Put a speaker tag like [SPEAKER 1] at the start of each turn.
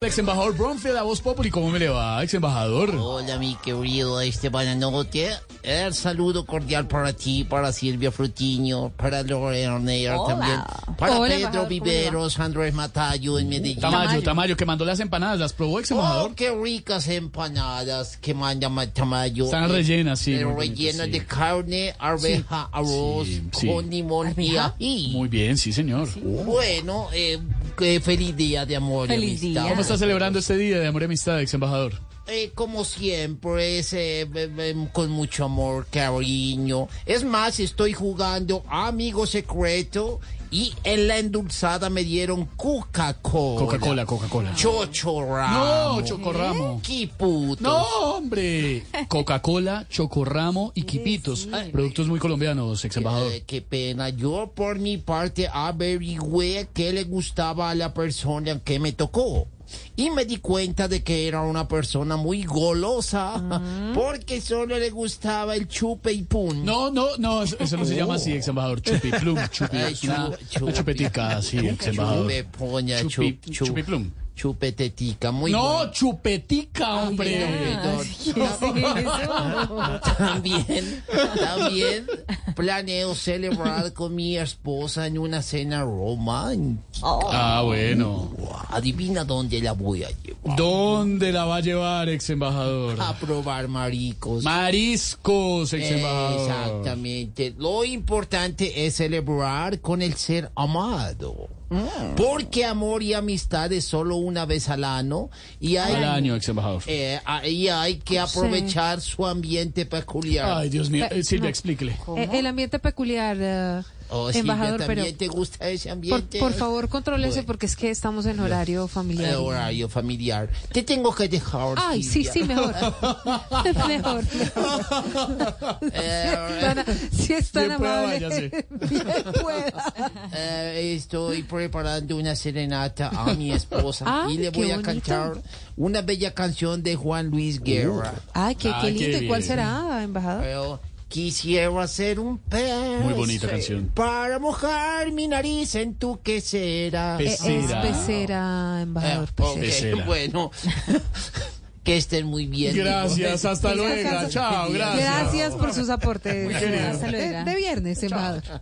[SPEAKER 1] Ex embajador Bromfield a Voz Populi, ¿cómo me le va, ex embajador?
[SPEAKER 2] Hola, mi querido Esteban Anote. El saludo cordial para ti, para Silvia Frutiño, para Lorena
[SPEAKER 3] Hola.
[SPEAKER 2] también, para
[SPEAKER 3] Hola,
[SPEAKER 2] Pedro
[SPEAKER 3] embajador,
[SPEAKER 2] Viveros, Andrés Matayo en Medellín.
[SPEAKER 1] Tamayo, Tamayo, que mandó las empanadas, ¿las probó, ex embajador?
[SPEAKER 2] Oh, qué ricas empanadas que manda Matamayo.
[SPEAKER 1] Están rellenas, sí,
[SPEAKER 2] Pero
[SPEAKER 1] muy bonitas,
[SPEAKER 2] rellenas
[SPEAKER 1] sí.
[SPEAKER 2] de carne, arveja, arroz,
[SPEAKER 1] sí, sí.
[SPEAKER 2] con limón y
[SPEAKER 3] ¿Arveja?
[SPEAKER 2] ají.
[SPEAKER 1] Muy bien, Oh. sí, señor.
[SPEAKER 2] Bueno, eh, qué feliz día de amor. y
[SPEAKER 3] Feliz
[SPEAKER 2] amistad.
[SPEAKER 3] día.
[SPEAKER 1] ¿Cómo está celebrando este día de amor y amistad, ex embajador?
[SPEAKER 2] Eh, como siempre, es, eh, be- be- con mucho amor, cariño. Es más, estoy jugando Amigo Secreto y en la endulzada me dieron Coca-Cola.
[SPEAKER 1] Coca-Cola, Coca-Cola.
[SPEAKER 2] Chochorramo.
[SPEAKER 1] No, Chocorramo.
[SPEAKER 2] Quiputos.
[SPEAKER 1] No, hombre. Coca-Cola, Chocorramo y Quipitos. Productos muy colombianos, ex embajador.
[SPEAKER 2] Eh, qué pena. Yo, por mi parte, averigüé qué le gustaba a la persona que me tocó. Y me di cuenta de que era una persona muy golosa, porque solo le gustaba el chupe y pun.
[SPEAKER 1] Ah. No, no, no, eso eso no se llama así, ex embajador. Chupi plum, chupi.
[SPEAKER 2] Ay,
[SPEAKER 1] es una-
[SPEAKER 2] chupi,
[SPEAKER 1] una chupetica así, ex embajador.
[SPEAKER 2] Chupe eh, poña,
[SPEAKER 1] Chupi-
[SPEAKER 2] chup- chup-
[SPEAKER 1] chupiplum.
[SPEAKER 2] Chupetetica, muy
[SPEAKER 1] No,
[SPEAKER 2] bueno.
[SPEAKER 1] chupetica, hombre.
[SPEAKER 2] Perdón. También, también planeo celebrar con mi esposa en una cena romántica.
[SPEAKER 1] Ah, bueno.
[SPEAKER 2] Adivina dónde la voy a llevar.
[SPEAKER 1] ¿Dónde la va a llevar, ex embajador?
[SPEAKER 2] A probar maricos.
[SPEAKER 1] Mariscos, ex embajador.
[SPEAKER 2] Exactamente. Lo importante es celebrar con el ser amado.
[SPEAKER 1] Mm.
[SPEAKER 2] Porque amor y amistad es solo una vez al año y hay
[SPEAKER 1] Al año, ex embajador.
[SPEAKER 2] Eh, ahí hay que aprovechar su ambiente peculiar.
[SPEAKER 1] Ay, Dios mío. Eh, Silvia, explíquele.
[SPEAKER 4] Eh, el ambiente peculiar, eh,
[SPEAKER 2] Oh, Silvia,
[SPEAKER 4] embajador, pero
[SPEAKER 2] ¿también te gusta ese
[SPEAKER 4] por,
[SPEAKER 2] ambiente?
[SPEAKER 4] por favor contrólense porque es que estamos en horario
[SPEAKER 2] Eh,
[SPEAKER 4] familiar.
[SPEAKER 2] horario familiar. Te tengo que dejar.
[SPEAKER 4] Ay, sí,
[SPEAKER 2] Silvia.
[SPEAKER 4] sí, mejor. mejor, mejor.
[SPEAKER 2] Eh,
[SPEAKER 4] Para- si es tan
[SPEAKER 1] Bien pueda,
[SPEAKER 4] amable.
[SPEAKER 1] váyase.
[SPEAKER 4] bien pueda.
[SPEAKER 2] Eh, estoy preparando una serenata a mi esposa
[SPEAKER 4] Ay,
[SPEAKER 2] y le voy
[SPEAKER 4] qué
[SPEAKER 2] a
[SPEAKER 4] bonito. Uh.
[SPEAKER 2] cantar una bella canción de Juan Luis Guerra.
[SPEAKER 4] Ay, qué,
[SPEAKER 1] Ah,
[SPEAKER 4] qué
[SPEAKER 1] qué
[SPEAKER 4] lindo. ¿Y cuál
[SPEAKER 1] bien.
[SPEAKER 4] será, embajador?
[SPEAKER 2] Pero quisiera ser un pez.
[SPEAKER 1] Muy bonita canción.
[SPEAKER 2] Para mojar mi nariz en tu quesera.
[SPEAKER 1] Pez.
[SPEAKER 4] Eh, es
[SPEAKER 1] Pecera.
[SPEAKER 4] pecera, embajador.
[SPEAKER 2] pues
[SPEAKER 4] pues,
[SPEAKER 2] Ah,
[SPEAKER 4] pecera.
[SPEAKER 1] Pecera.
[SPEAKER 2] ok, Bueno, que estén muy bien.
[SPEAKER 1] Gracias, hasta luego.
[SPEAKER 4] Gracias.
[SPEAKER 1] Chao, gracias.
[SPEAKER 4] Gracias por sus aportes.
[SPEAKER 1] querido.
[SPEAKER 4] Hasta luego. De, de viernes, embajador.